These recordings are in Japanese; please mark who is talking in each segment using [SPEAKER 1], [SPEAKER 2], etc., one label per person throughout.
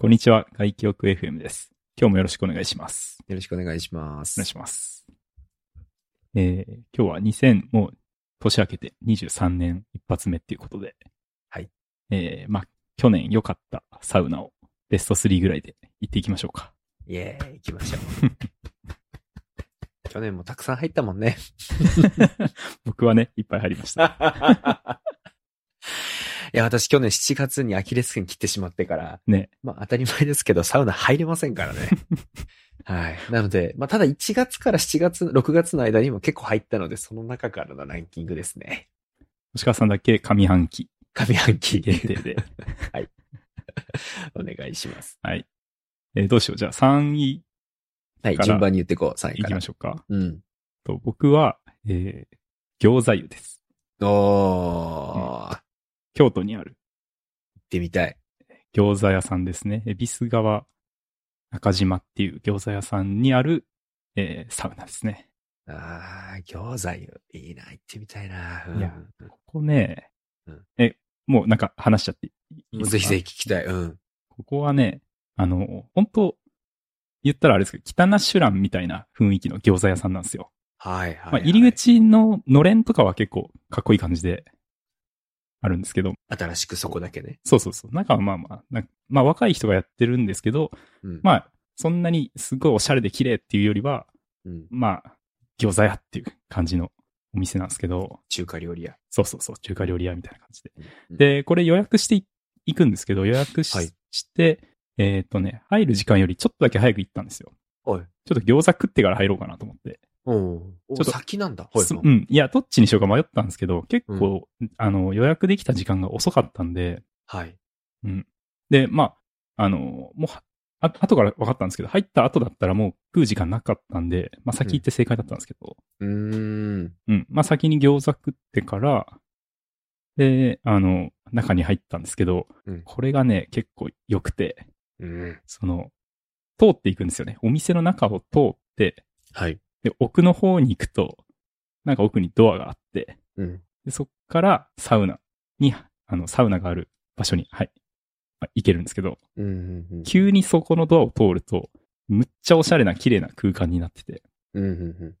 [SPEAKER 1] こんにちは、外記憶 FM です。今日もよろしくお願いします。
[SPEAKER 2] よろしくお願いしま
[SPEAKER 1] お願
[SPEAKER 2] す
[SPEAKER 1] い。します。えー、今日は2000、もう年明けて23年一発目っていうことで、
[SPEAKER 2] はい。
[SPEAKER 1] えー、まあ、去年良かったサウナをベスト3ぐらいで行っていきましょうか。
[SPEAKER 2] イエーイ、行きましょ う。去年もたくさん入ったもんね。
[SPEAKER 1] 僕はね、いっぱい入りまし
[SPEAKER 2] い
[SPEAKER 1] た。
[SPEAKER 2] や、私去年7月にアキレス腱切ってしまってから、
[SPEAKER 1] ね。
[SPEAKER 2] まあ当たり前ですけど、サウナ入れませんか らね。はい。なので、まあただ1月から7月、6月の間にも結構入ったので、その中からのランキングですね。
[SPEAKER 1] 吉川さんだけ上半期
[SPEAKER 2] 上半期
[SPEAKER 1] 限定 で。
[SPEAKER 2] お願いします。
[SPEAKER 1] はい。えー、どうしよう。じゃあ3位
[SPEAKER 2] はい、
[SPEAKER 1] から
[SPEAKER 2] 順番に言ってこう、3位
[SPEAKER 1] 行
[SPEAKER 2] か
[SPEAKER 1] き
[SPEAKER 2] ら
[SPEAKER 1] ま。しょうか。
[SPEAKER 2] うん。
[SPEAKER 1] と僕は、えー、餃子湯です。
[SPEAKER 2] おー、行っ
[SPEAKER 1] 京都にある
[SPEAKER 2] てみたい。
[SPEAKER 1] 餃子屋さんですね。恵比寿川中島っていう餃子屋さんにある、えーサウナですね。
[SPEAKER 2] ああ、餃子湯いいな、行ってみたいな。うん
[SPEAKER 1] いやここね、
[SPEAKER 2] うん
[SPEAKER 1] え、もうなんか話しちゃっていい
[SPEAKER 2] も
[SPEAKER 1] です
[SPEAKER 2] う
[SPEAKER 1] か
[SPEAKER 2] ぜひぜひ聞きたい。うん。
[SPEAKER 1] ここはね、あの、本当言ったらあれですけど、北ナシュランみたいな雰囲気の餃子屋さんなんですよ。
[SPEAKER 2] はいはい、はい。
[SPEAKER 1] まあ、入り。口ののれんとかは結構かっこいい感じであるんですけど、
[SPEAKER 2] 新しくそこだけね。
[SPEAKER 1] そうそうそう。中はまあまあ、なんかまあ若い人がやってるんですけど、
[SPEAKER 2] うん。
[SPEAKER 1] まあ、そんなにすごいおしゃれで綺麗っていうよりは、
[SPEAKER 2] うん、
[SPEAKER 1] まあ、餃子屋っていう感じのお店なんですけど、
[SPEAKER 2] 中華料理屋。
[SPEAKER 1] そうそうそう、中華料理屋みたいな感じで。
[SPEAKER 2] うん、
[SPEAKER 1] で、これ予約してい行くんですけど、予約し,、
[SPEAKER 2] はい
[SPEAKER 1] て、えーっ、とね、入る時間よりちょっとだけ早く行ったんですよ。
[SPEAKER 2] はい。
[SPEAKER 1] ちょっと餃子食ってから入ろうかなと思って。
[SPEAKER 2] おお。
[SPEAKER 1] ちょっと
[SPEAKER 2] 先なんだ。はい。
[SPEAKER 1] す
[SPEAKER 2] は
[SPEAKER 1] う
[SPEAKER 2] い
[SPEAKER 1] ん。いや、どっちにしようか迷ったんですけど、結構、あの、予約できた時間が遅かったんで、
[SPEAKER 2] はい。
[SPEAKER 1] で、まあ、あの、もうは、あ後から分かったんですけど、入った後だったらもう食う時間なかったんで、まあ先行って正解だったんですけど、
[SPEAKER 2] うーん。
[SPEAKER 1] うん。まあ、先に餃子食ってから、で、あの、中に入ったんですけど、
[SPEAKER 2] うん
[SPEAKER 1] これがね、結構良くて、
[SPEAKER 2] うん。
[SPEAKER 1] その、通っていくんですよね。お店の中を通って、
[SPEAKER 2] はい。
[SPEAKER 1] で、奥の方に行くと、なんか奥にドアがあって、
[SPEAKER 2] うん。
[SPEAKER 1] でそっからサウナに、あの、サウナがある場所に、はい、まあ行けるんですけど、
[SPEAKER 2] うんうんうん。
[SPEAKER 1] 急にそこのドアを通ると、むっちゃおしゃれな綺麗な空間になってて、
[SPEAKER 2] うんうんうん。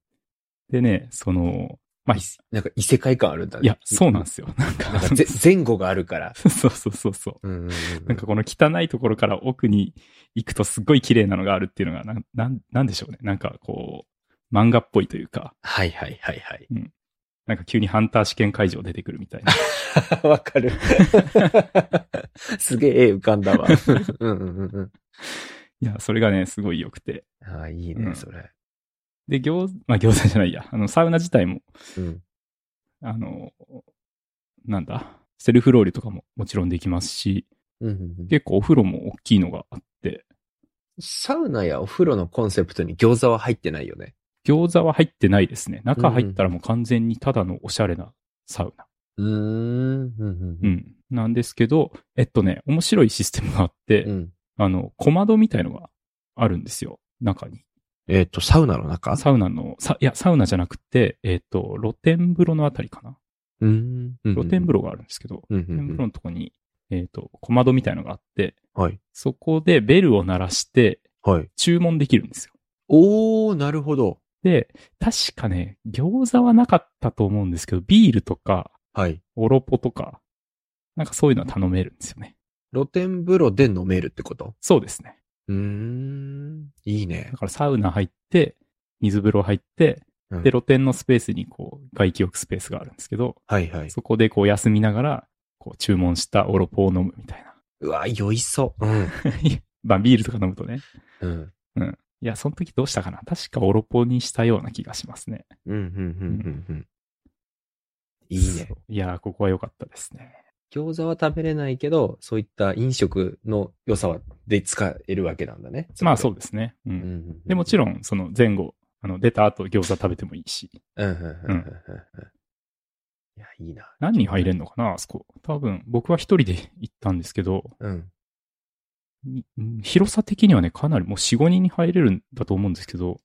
[SPEAKER 1] でね、その、まあ、い
[SPEAKER 2] なんか異世界感あるんだね。
[SPEAKER 1] や、そうなん
[SPEAKER 2] す。
[SPEAKER 1] ですよ。なんか、
[SPEAKER 2] なんか ぜ前後があるから。
[SPEAKER 1] そうそうそうそう。
[SPEAKER 2] うんうん
[SPEAKER 1] なんかこの汚いところから奥に行くとすっごい綺麗なのがあるっていうのがなん、なん、なんでしょうね。なんかこう、漫画っぽいというか、
[SPEAKER 2] はいはいはいはい。
[SPEAKER 1] なんか急にハンター試験会場出てくるみたいな。
[SPEAKER 2] わかる。すげえ絵浮かんだわ。うんうんうんうん。
[SPEAKER 1] いや、それがね、すごい良くて。
[SPEAKER 2] ああ、いいうね、
[SPEAKER 1] ん
[SPEAKER 2] それ。
[SPEAKER 1] で、餃、まあ、餃子じゃないや。あの、サウナ自体も、
[SPEAKER 2] うん。
[SPEAKER 1] あの、なんだ、セルフロールとかももちろんできますし、
[SPEAKER 2] うんうんうん
[SPEAKER 1] 結構お風呂も大きいのがあって、
[SPEAKER 2] サウナやお風呂のコンセプトに餃子は入ってないよね。
[SPEAKER 1] 餃子は入ってないですね。中入ったらもう完全にただのおしゃれなサウナ。
[SPEAKER 2] うーん。
[SPEAKER 1] う。
[SPEAKER 2] うん
[SPEAKER 1] なんですけど、えっとね、面白いシステムがあって、
[SPEAKER 2] ん。
[SPEAKER 1] あの、小窓みたいのがあるんですよ。中に。
[SPEAKER 2] えっと、サウナの中
[SPEAKER 1] サウナの、さいや、サウナじゃなくて、えっ、と、露天風呂のあたりかな。
[SPEAKER 2] うーん。露
[SPEAKER 1] 露天風
[SPEAKER 2] 呂。
[SPEAKER 1] 呂があるんですけど、
[SPEAKER 2] うんう
[SPEAKER 1] 露天風
[SPEAKER 2] んう
[SPEAKER 1] 呂
[SPEAKER 2] ん。
[SPEAKER 1] のとこに、えっ、と、小窓みたいのがあって、
[SPEAKER 2] はい。
[SPEAKER 1] そこでベルを鳴らして
[SPEAKER 2] はい。
[SPEAKER 1] 注文できるんですよ。
[SPEAKER 2] おー、なるほど。
[SPEAKER 1] で、確かね、餃子はなかったと思うんですけど、ビールとか、
[SPEAKER 2] はい。
[SPEAKER 1] おろぽとか、なんかそういうのは頼めるんですよね。
[SPEAKER 2] 露天風呂で飲めるってこと
[SPEAKER 1] そうですね。
[SPEAKER 2] うーん。いいね
[SPEAKER 1] だ。からサウナ入って、水風呂入って、
[SPEAKER 2] うん
[SPEAKER 1] で、露天のスペースにこう、外気浴スペースがあるんですけど、
[SPEAKER 2] はいはい。
[SPEAKER 1] そこでこう休みながら、こう注文したオロポを飲むみたいう
[SPEAKER 2] わ、酔いそう。うん。
[SPEAKER 1] な。 まあビールとか飲むとね。
[SPEAKER 2] うん。
[SPEAKER 1] いや、その時どうしたかな確かオロポにしたような気がしますね。
[SPEAKER 2] うん、うん、うん、うん。うんいいね
[SPEAKER 1] そ。う。いや、ここは良かったですね。
[SPEAKER 2] 餃子は食べれないけど、そういった飲食の良さは、で使えるわけなんだね。
[SPEAKER 1] まあそう
[SPEAKER 2] う。
[SPEAKER 1] ですね。うん。
[SPEAKER 2] うんうんうん。
[SPEAKER 1] で、もちろん、その前後、あの、出た後餃子食べてもいいし。
[SPEAKER 2] うんうんうんうんうんうんいや、いいな。
[SPEAKER 1] 何人入れんのかなあそこ。多分、僕は一人で行ったんですけど、
[SPEAKER 2] うん。
[SPEAKER 1] にうん広さ的にはね、かなりもう4、5人に入れるんだと思うんですけど、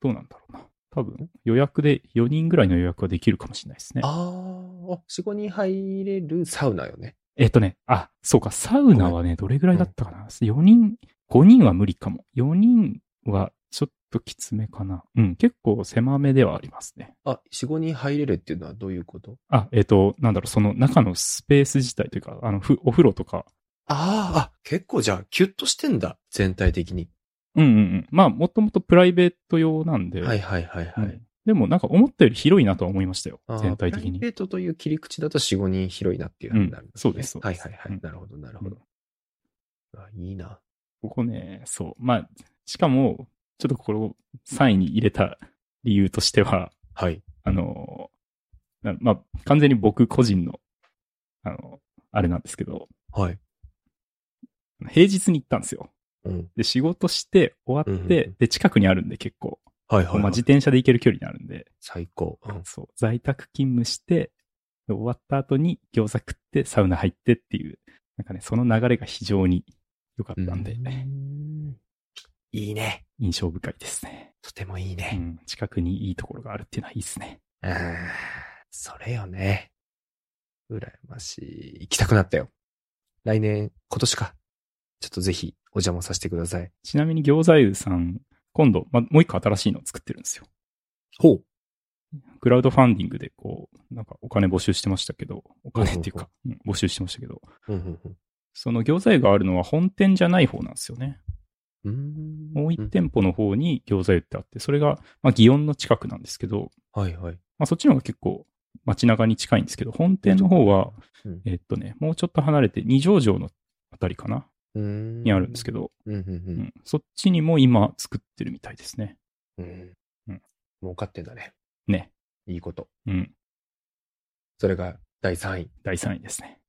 [SPEAKER 1] どうなんだろうな。多分、予約で4人ぐらいの予約はできるかもしれないですね。
[SPEAKER 2] あーあ、4、5人入れるサウナよね。
[SPEAKER 1] えっとね、あ、そうか、サウナはね、どれぐらいだったかな ?4 人、5人は無理かも。4人はちょっときつめかな。うん、結構狭めではありますね。
[SPEAKER 2] あ、4、5人入れるっていうのはどういうこと
[SPEAKER 1] あ、えっ、と、なんだろう、その中のスペース自体というか、あの、ふお風呂とか、
[SPEAKER 2] ああ、あ、結構じゃあ、キュッとしてんだ。全体的に。
[SPEAKER 1] うんうんうん。まあ、もともとプライベート用なんで、
[SPEAKER 2] はいはいはいはい。
[SPEAKER 1] うんでもなんか思ったより広いなとは思いましたよ
[SPEAKER 2] あ。ー
[SPEAKER 1] 全体的
[SPEAKER 2] プライ
[SPEAKER 1] に
[SPEAKER 2] ベ。ートという切り口だと4、5人広いなっていう話になるん
[SPEAKER 1] うんそうですそう
[SPEAKER 2] はい
[SPEAKER 1] です
[SPEAKER 2] はいはい。
[SPEAKER 1] うん
[SPEAKER 2] なるほど、なるほど。あいいな。
[SPEAKER 1] ここね、そう。まあ、しかも、ちょっとこれを3位に入れた理由としては、
[SPEAKER 2] はい。
[SPEAKER 1] あの、なまあ、完全に僕個人の、あの、あれなんですけど、
[SPEAKER 2] はい。
[SPEAKER 1] 平日に行ったんですよ。
[SPEAKER 2] うん。
[SPEAKER 1] で、仕事して、終わって、
[SPEAKER 2] うんうん
[SPEAKER 1] で、近くにあるんで結構、
[SPEAKER 2] はいはい、
[SPEAKER 1] ま
[SPEAKER 2] は
[SPEAKER 1] あ、
[SPEAKER 2] い
[SPEAKER 1] 自。転車で行ける距離にあるんで、
[SPEAKER 2] 最高。うん
[SPEAKER 1] そう、在宅勤務して、で終わった後に餃子食って、サウナ入ってっていう、なんかね、その流れが非常に良かったんで、
[SPEAKER 2] うんいいね。
[SPEAKER 1] 印象深いですね。
[SPEAKER 2] とてもいいうね。
[SPEAKER 1] ん、近くにいいところがあるっていうのはいいですね。
[SPEAKER 2] あーそれよね。羨ましい。行きたくなったよ。来年、今年か。ちょっとぜひ、お邪魔させてください。
[SPEAKER 1] ちなみに餃子湯さん、今度、まあ、もう一個新しいのを作ってるんですよ。
[SPEAKER 2] ほう。
[SPEAKER 1] クラウドファンディングでこう、なんかお金募集してましたけど、お金っていうか、うん募集してましたけど、
[SPEAKER 2] うんうんうん
[SPEAKER 1] その餃子湯があるのは本店じゃない方なんですよね。
[SPEAKER 2] うーん。
[SPEAKER 1] もう一
[SPEAKER 2] ん。
[SPEAKER 1] 店舗の方に餃子湯ってあって、それが、まあ、祇園の近くなんですけど、
[SPEAKER 2] はいはい。
[SPEAKER 1] まあ、そっちの方が結構街中に近いんですけど、本店の方は、
[SPEAKER 2] うん、
[SPEAKER 1] えっとね、もうちょっと離れて二条城のあたりかなに
[SPEAKER 2] に
[SPEAKER 1] あるんですけ
[SPEAKER 2] ど。
[SPEAKER 1] ど、
[SPEAKER 2] うんうん
[SPEAKER 1] う
[SPEAKER 2] うん
[SPEAKER 1] ん、そっちにも今作ってるみたいですね。
[SPEAKER 2] うん。
[SPEAKER 1] うん
[SPEAKER 2] 儲かってんだね。
[SPEAKER 1] ね。
[SPEAKER 2] いいこと。
[SPEAKER 1] うん。
[SPEAKER 2] それが第3位。
[SPEAKER 1] 第3位ですね。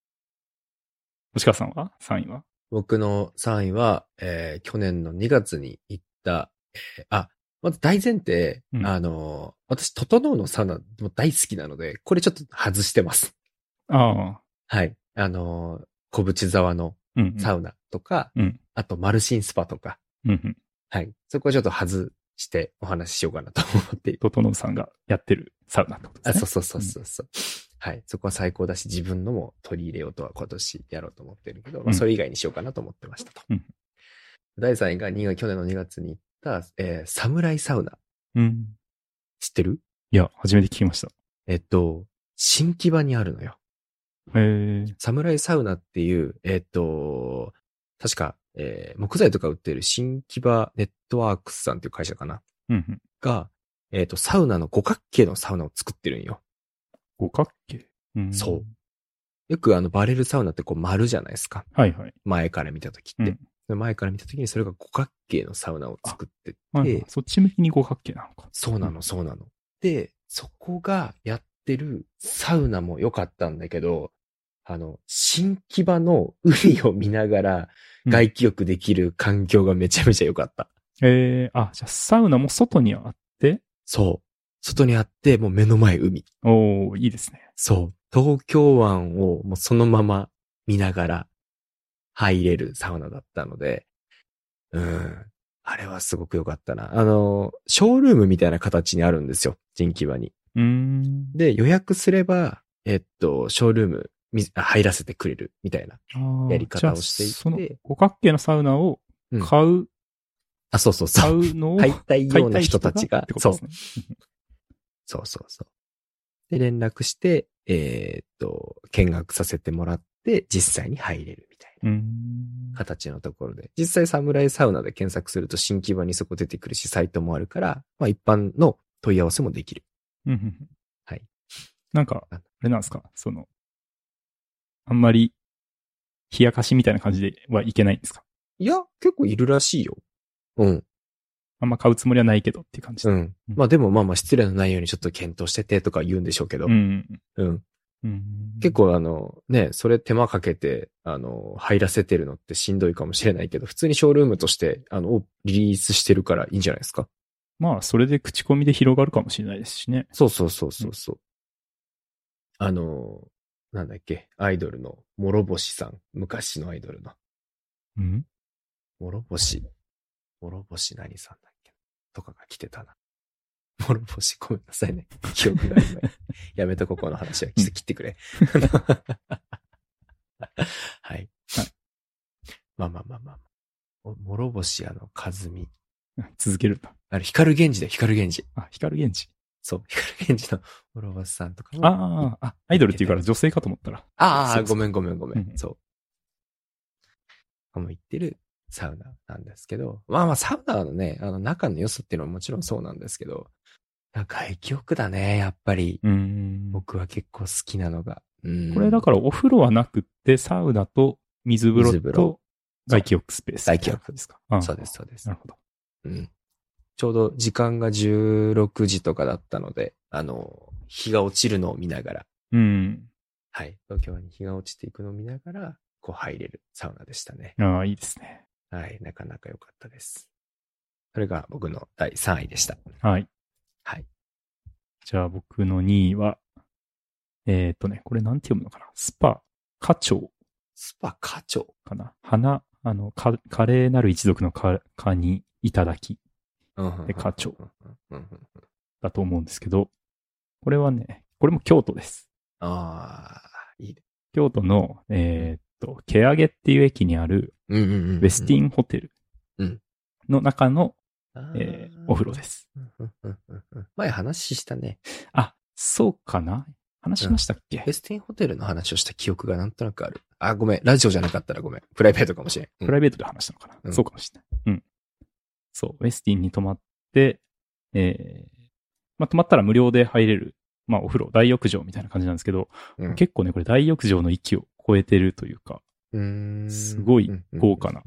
[SPEAKER 1] 星川さんは ?3 位は
[SPEAKER 2] 僕の3位は、えー去年の2月に行った、えーあ、まず大前提、
[SPEAKER 1] うん
[SPEAKER 2] あのー私、整うのサウナも大好きなので、これちょっと外してます。
[SPEAKER 1] ああ。
[SPEAKER 2] はい。あのー小淵沢の
[SPEAKER 1] うん、うん。
[SPEAKER 2] サウナとか、
[SPEAKER 1] うん
[SPEAKER 2] あとマルシンスパとか、
[SPEAKER 1] うんうん。
[SPEAKER 2] はい。そこはちょっと外してお話ししようかなと思っている
[SPEAKER 1] トトノさんがやってるサウナってことで
[SPEAKER 2] あ
[SPEAKER 1] すね。
[SPEAKER 2] そうそうそうそうそう、はい。そこは最高だし、自分のも取り入れようとは今年やろうと思ってるけど、
[SPEAKER 1] う
[SPEAKER 2] まあ、
[SPEAKER 1] ん
[SPEAKER 2] それ以外にしようかなと思ってましたと。
[SPEAKER 1] うん
[SPEAKER 2] 第3位が2月去年の2月に行った、えー、サムライサウナ。
[SPEAKER 1] うん。
[SPEAKER 2] 知ってる
[SPEAKER 1] いや、初めて聞きました。
[SPEAKER 2] えっと、新木場にあるのよ。
[SPEAKER 1] へえ。
[SPEAKER 2] サムライサウナっていう、えっと、確か、えー木材とか売ってる新木場ネットワークスさんっていう会社かな
[SPEAKER 1] うんうん。
[SPEAKER 2] が、えっと、サウナの五角形のサウナを作ってるんよ。
[SPEAKER 1] 五角形。うん
[SPEAKER 2] そう。よくあの、バレルサウナってこう丸じゃないですか。
[SPEAKER 1] はいはい。
[SPEAKER 2] 前から見た時って。
[SPEAKER 1] うん
[SPEAKER 2] で前から見た時にそれが五角形のサウナを作ってて、
[SPEAKER 1] はいはいそっち向きに五角形なのか。
[SPEAKER 2] そうなの、そうなの。で、そこがやってるサウナも良かったんだけど、あの、新木場の海を見ながら
[SPEAKER 1] うん
[SPEAKER 2] 外気浴できる環境がめちゃめちゃ良かった。
[SPEAKER 1] ええあ、じゃあサウナも外にあって、
[SPEAKER 2] そう。外にあって、もう目の前海。
[SPEAKER 1] おー、いいですね。
[SPEAKER 2] そう。東京湾をもうそのまま見ながら入れるサウナだったので、うん。あれはすごく良かったな。あの、ショールームみたいな形にあるんですよ。人気場に。
[SPEAKER 1] うーん。
[SPEAKER 2] で、予約すれば、えっと、ショールームみ入らせてくれるみたいな。
[SPEAKER 1] あー
[SPEAKER 2] やり方をしていて
[SPEAKER 1] じゃあその五角形のサウナを買う、
[SPEAKER 2] あ、そうそう
[SPEAKER 1] 買
[SPEAKER 2] そう。
[SPEAKER 1] うのを
[SPEAKER 2] 買いたい
[SPEAKER 1] 買
[SPEAKER 2] よ
[SPEAKER 1] いうた
[SPEAKER 2] ない人たちが、
[SPEAKER 1] ってこ
[SPEAKER 2] そ
[SPEAKER 1] と
[SPEAKER 2] う
[SPEAKER 1] で、すね。
[SPEAKER 2] そうそうそう。で、連絡して、えーっと、見学させてもらって、実際に入れるみたいな。
[SPEAKER 1] うーん。
[SPEAKER 2] 形のところで。実際サムライサウナで検索すると新規場にそこ出てくるし、サイトもあるから、まあ一般の問い合わせもできる。
[SPEAKER 1] うんうんうん
[SPEAKER 2] はい。
[SPEAKER 1] なんか、あれなんですかその、あんまり、冷やかしみたいな感じではいけないんですか
[SPEAKER 2] いや、結構いるらしいよ。うん。
[SPEAKER 1] あんま買うつもりはないけどっていう感じ
[SPEAKER 2] う
[SPEAKER 1] で。
[SPEAKER 2] ん。まあでもまあまあ失礼のないようにちょっと検討しててとか言うんでしょうけど。
[SPEAKER 1] うん。うん
[SPEAKER 2] うん。
[SPEAKER 1] うん
[SPEAKER 2] 結、構あの、ね、それ手間かけて、あの、入らせてるのってしんどいかもしれないけど、普通にショールームとして、あの、リリースしてるからいいんじゃないですか。
[SPEAKER 1] まあ、それで口コミで広がるかもしれないですしね。
[SPEAKER 2] そうそうそうそうそう。あの、なんだっけ、アイドルの、諸星さん。昔のアイドルの。
[SPEAKER 1] うん。
[SPEAKER 2] 諸星。諸星何さんだっけとかが来てたな。諸星、ごめんなさいね。 記憶が曖昧。やめとここの話は。ちょっと切ってくれ。はい
[SPEAKER 1] はい。
[SPEAKER 2] まあまあまあまあ。お諸星あの、和美。
[SPEAKER 1] 続けるんだ。
[SPEAKER 2] あれ、光源氏だよ、光源氏。
[SPEAKER 1] あ、光源氏。
[SPEAKER 2] そう、光源氏の諸星さんとかも。
[SPEAKER 1] ああ、あ、アイドルっていうから女性かと思ったら。
[SPEAKER 2] あ
[SPEAKER 1] そ
[SPEAKER 2] あ、
[SPEAKER 1] うそ
[SPEAKER 2] ご
[SPEAKER 1] う
[SPEAKER 2] めんごめんごめん
[SPEAKER 1] う。ん
[SPEAKER 2] そう。もう行ってるサウナなんですけど、まあまあサウナのね、あの中の良さっていうのはもちろんそうなんですけど、なんか外気浴だね、やっぱり。
[SPEAKER 1] うーん。
[SPEAKER 2] 僕は結構好きなのが。うん
[SPEAKER 1] これだからお風呂はなくって、サウナと水風
[SPEAKER 2] 水
[SPEAKER 1] 呂
[SPEAKER 2] 風
[SPEAKER 1] と
[SPEAKER 2] 呂
[SPEAKER 1] 外気浴スペース。
[SPEAKER 2] 外気浴
[SPEAKER 1] ですか。ああ
[SPEAKER 2] そうです、。そうです
[SPEAKER 1] な。るほど。
[SPEAKER 2] うん。ちょうど時間が16時とかだったので、あの、日が落ちるのを見ながら、
[SPEAKER 1] うん。
[SPEAKER 2] はい。東京湾に日が落ちていくのを見ながら、こう入れるサウナでしたね。
[SPEAKER 1] ああ、いいですね。
[SPEAKER 2] はい。なかなか良かったです。それが僕の第3位でした。
[SPEAKER 1] はい。
[SPEAKER 2] はい。
[SPEAKER 1] じゃあ僕の2位は、えっ、とね、これなんて読むのかなスパ、花鳥
[SPEAKER 2] スパ課長。
[SPEAKER 1] かな花、あの、か華麗なる一族のか蚊にいただき
[SPEAKER 2] うん
[SPEAKER 1] で課長。
[SPEAKER 2] うんうんうん
[SPEAKER 1] だと思うんですけど、これはね、これも京都です。
[SPEAKER 2] ああ、いいね。
[SPEAKER 1] 京都の、えっと、毛上っていう駅にある
[SPEAKER 2] うんうんうんうん。
[SPEAKER 1] ウェステ
[SPEAKER 2] ン。
[SPEAKER 1] ィンホテル
[SPEAKER 2] うん。
[SPEAKER 1] の中の、えーお風呂ですす。
[SPEAKER 2] うんうんうんうんうん前話したね。
[SPEAKER 1] あ、そうかな話しましたっけ、
[SPEAKER 2] ウェスティンホテルの話をした記憶がなんとなくある。あ、ごめん。ラジオじゃなかったらごめん。プライベートかもしれん。うん
[SPEAKER 1] プライベートで話したのかな、
[SPEAKER 2] うん
[SPEAKER 1] そうかもしれない。うん。そう、ウェスティンに泊まって、えー、まあ、泊まったら無料で入れる、まあ、お風呂、大浴場みたいな感じなんですけど、
[SPEAKER 2] うん
[SPEAKER 1] 結構ね、これ大浴場の域を超えてるというか、
[SPEAKER 2] うーん
[SPEAKER 1] すごい豪華な。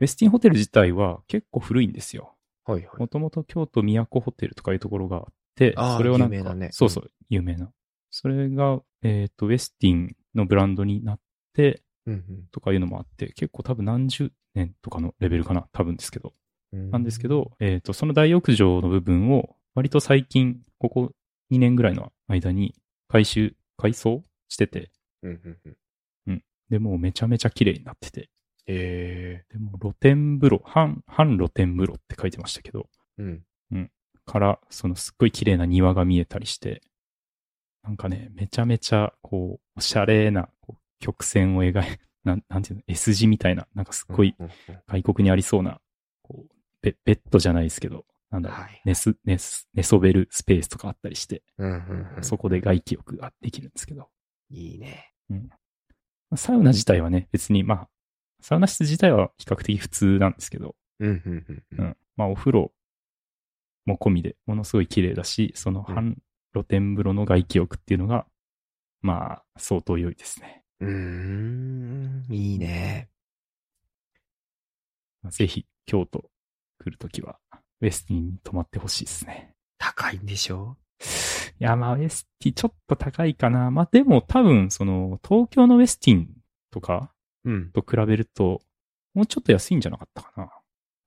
[SPEAKER 1] ウェスティンホテル自体は結構古いんですよ。
[SPEAKER 2] うんうんうんはいは
[SPEAKER 1] も
[SPEAKER 2] い。
[SPEAKER 1] ともと京都都ホテルとかいうところがあって、
[SPEAKER 2] あー
[SPEAKER 1] それをなんか、
[SPEAKER 2] 有名だね
[SPEAKER 1] そうそう、有名な。それが、えっ、と、ウェスティンのブランドになって
[SPEAKER 2] うん
[SPEAKER 1] とかいうのもあって、結構多分何十年とかのレベルかな、多分ですけど。
[SPEAKER 2] うん
[SPEAKER 1] なんですけ、ど、えっ、と、その大浴場の部分を、割と最近、ここ2年ぐらいの間に改修、改装してて、
[SPEAKER 2] うんうんうん、
[SPEAKER 1] で、もうめちゃめちゃ綺麗になってて、
[SPEAKER 2] え
[SPEAKER 1] でも露天風呂、半、半露天風呂って書いてましたけど、
[SPEAKER 2] ーうん。
[SPEAKER 1] から、そのすっごい綺麗な庭が見えたりして、なんかね、めちゃめちゃ、こう、おしゃれな、こう曲線を描い、 なん、なんていうの、S 字みたいな、なんかすっごい
[SPEAKER 2] うんうん
[SPEAKER 1] 外国にありそうな、こう、ベベッドじゃないですけど、なん
[SPEAKER 2] うん。
[SPEAKER 1] だろう、
[SPEAKER 2] はい。
[SPEAKER 1] 寝す、寝す、寝そべるスペースとかあったりして、
[SPEAKER 2] うんうんうん
[SPEAKER 1] そこで外気浴ができるんですけど、
[SPEAKER 2] いいね。
[SPEAKER 1] サウナ自体はね、別にまあ、サウナ室自体は比較的普通なんですけど、
[SPEAKER 2] うんうんうんう。
[SPEAKER 1] うんん。まあ、お風呂も込みで、ものすごい綺麗だし、その半露天風呂の外気浴っていうのが、まあ、相当良いですね。
[SPEAKER 2] うーん、いいね。
[SPEAKER 1] ぜひ、京都来るときは、ウェスティンに泊まってほしいですね。
[SPEAKER 2] 高いんでしょ
[SPEAKER 1] いや、まあ、ウェスティちょっと高いかな。まあ、でも多分、その、東京のウェスティンとか
[SPEAKER 2] うん。
[SPEAKER 1] と比べると、もうちょっと安いんじゃなかったかな。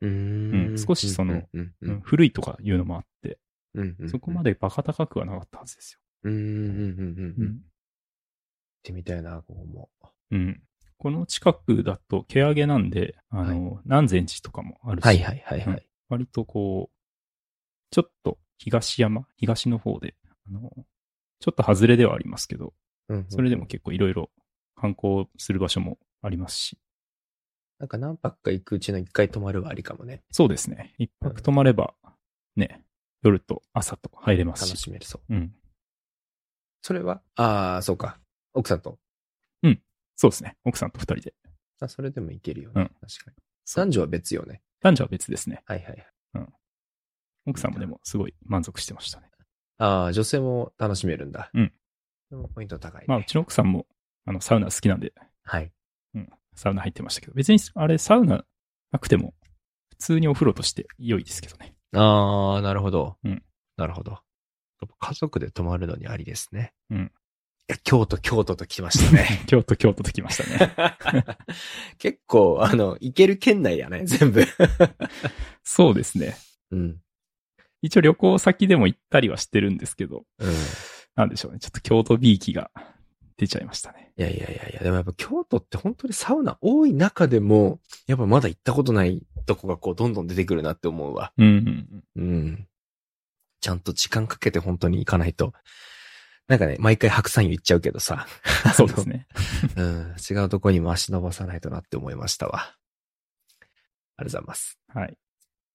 [SPEAKER 2] う
[SPEAKER 1] うんん少しその、
[SPEAKER 2] うん
[SPEAKER 1] うん、古いとかいうのもあって、
[SPEAKER 2] うん
[SPEAKER 1] そこま
[SPEAKER 2] で。
[SPEAKER 1] でバカ高くはなかったはずですよ。
[SPEAKER 2] うんうんうんうんうん。行っ
[SPEAKER 1] ん
[SPEAKER 2] てみたいな、ここも。
[SPEAKER 1] うん。この近くだと、毛上げなんで、あの、南禅寺とかもあるし、
[SPEAKER 2] はいはいはいは
[SPEAKER 1] はいい。割とこう、ちょっと東山、東の方で、あの、ちょっと外れではありますけど、
[SPEAKER 2] うんうん
[SPEAKER 1] それでも。結構いろいろ観光する場所もありますし、
[SPEAKER 2] なんか何泊か行くうちの一回泊まるはありかもね。
[SPEAKER 1] そうですね。一泊泊まれば、ね、夜と朝と入れま
[SPEAKER 2] 楽
[SPEAKER 1] すし、
[SPEAKER 2] しめるそう。
[SPEAKER 1] うん。
[SPEAKER 2] それは、ああ、そうか。奥さんと。
[SPEAKER 1] そうですね。奥さんと二人で。
[SPEAKER 2] あ、それでも行けるよ
[SPEAKER 1] う
[SPEAKER 2] ね。
[SPEAKER 1] ん
[SPEAKER 2] 確かに。男女は別よね。
[SPEAKER 1] 男女は別ですね。
[SPEAKER 2] はいはいはい。
[SPEAKER 1] 奥さんもでもすごい満足してましたね。
[SPEAKER 2] ああ、女性も楽しめるんだ。
[SPEAKER 1] うん。
[SPEAKER 2] でもポイント高い、ね。
[SPEAKER 1] まあ、うちの奥さんも、あの、サウナ好きなんで、
[SPEAKER 2] はい。
[SPEAKER 1] うん、サウナ入ってましたけど、別にあれサウナなくても、普通にお風呂として良いですけどね。
[SPEAKER 2] ああ、なるほど。
[SPEAKER 1] うん。
[SPEAKER 2] なるほど。家族で泊まるのにありですね。
[SPEAKER 1] うん
[SPEAKER 2] いや、京都、京都と来まし たね。
[SPEAKER 1] 京都、京都ときました ね。
[SPEAKER 2] 結構、あの、行ける県内やね、全部。
[SPEAKER 1] そうですね。
[SPEAKER 2] うん。
[SPEAKER 1] 一応旅行先でも行ったりはしてるんですけど、
[SPEAKER 2] うん。い
[SPEAKER 1] なんでしょうね。ちょっと京都 B 気が出ちゃいましたね。
[SPEAKER 2] やいやいやいや、でもやっぱ京都って本当にサウナ多い中でも、やっぱまだ行ったことないとこがこう、どんどん出てくるなって思うわ。
[SPEAKER 1] うんうんうん。
[SPEAKER 2] うん。ちゃんと時間かけて本当に行かないと、なんかね、毎回白山湯行っちゃうけどさ、
[SPEAKER 1] そうです ね。
[SPEAKER 2] うん、違うとこにも足伸ばさないとなって思いましたわ。ありがとうございます。
[SPEAKER 1] はい。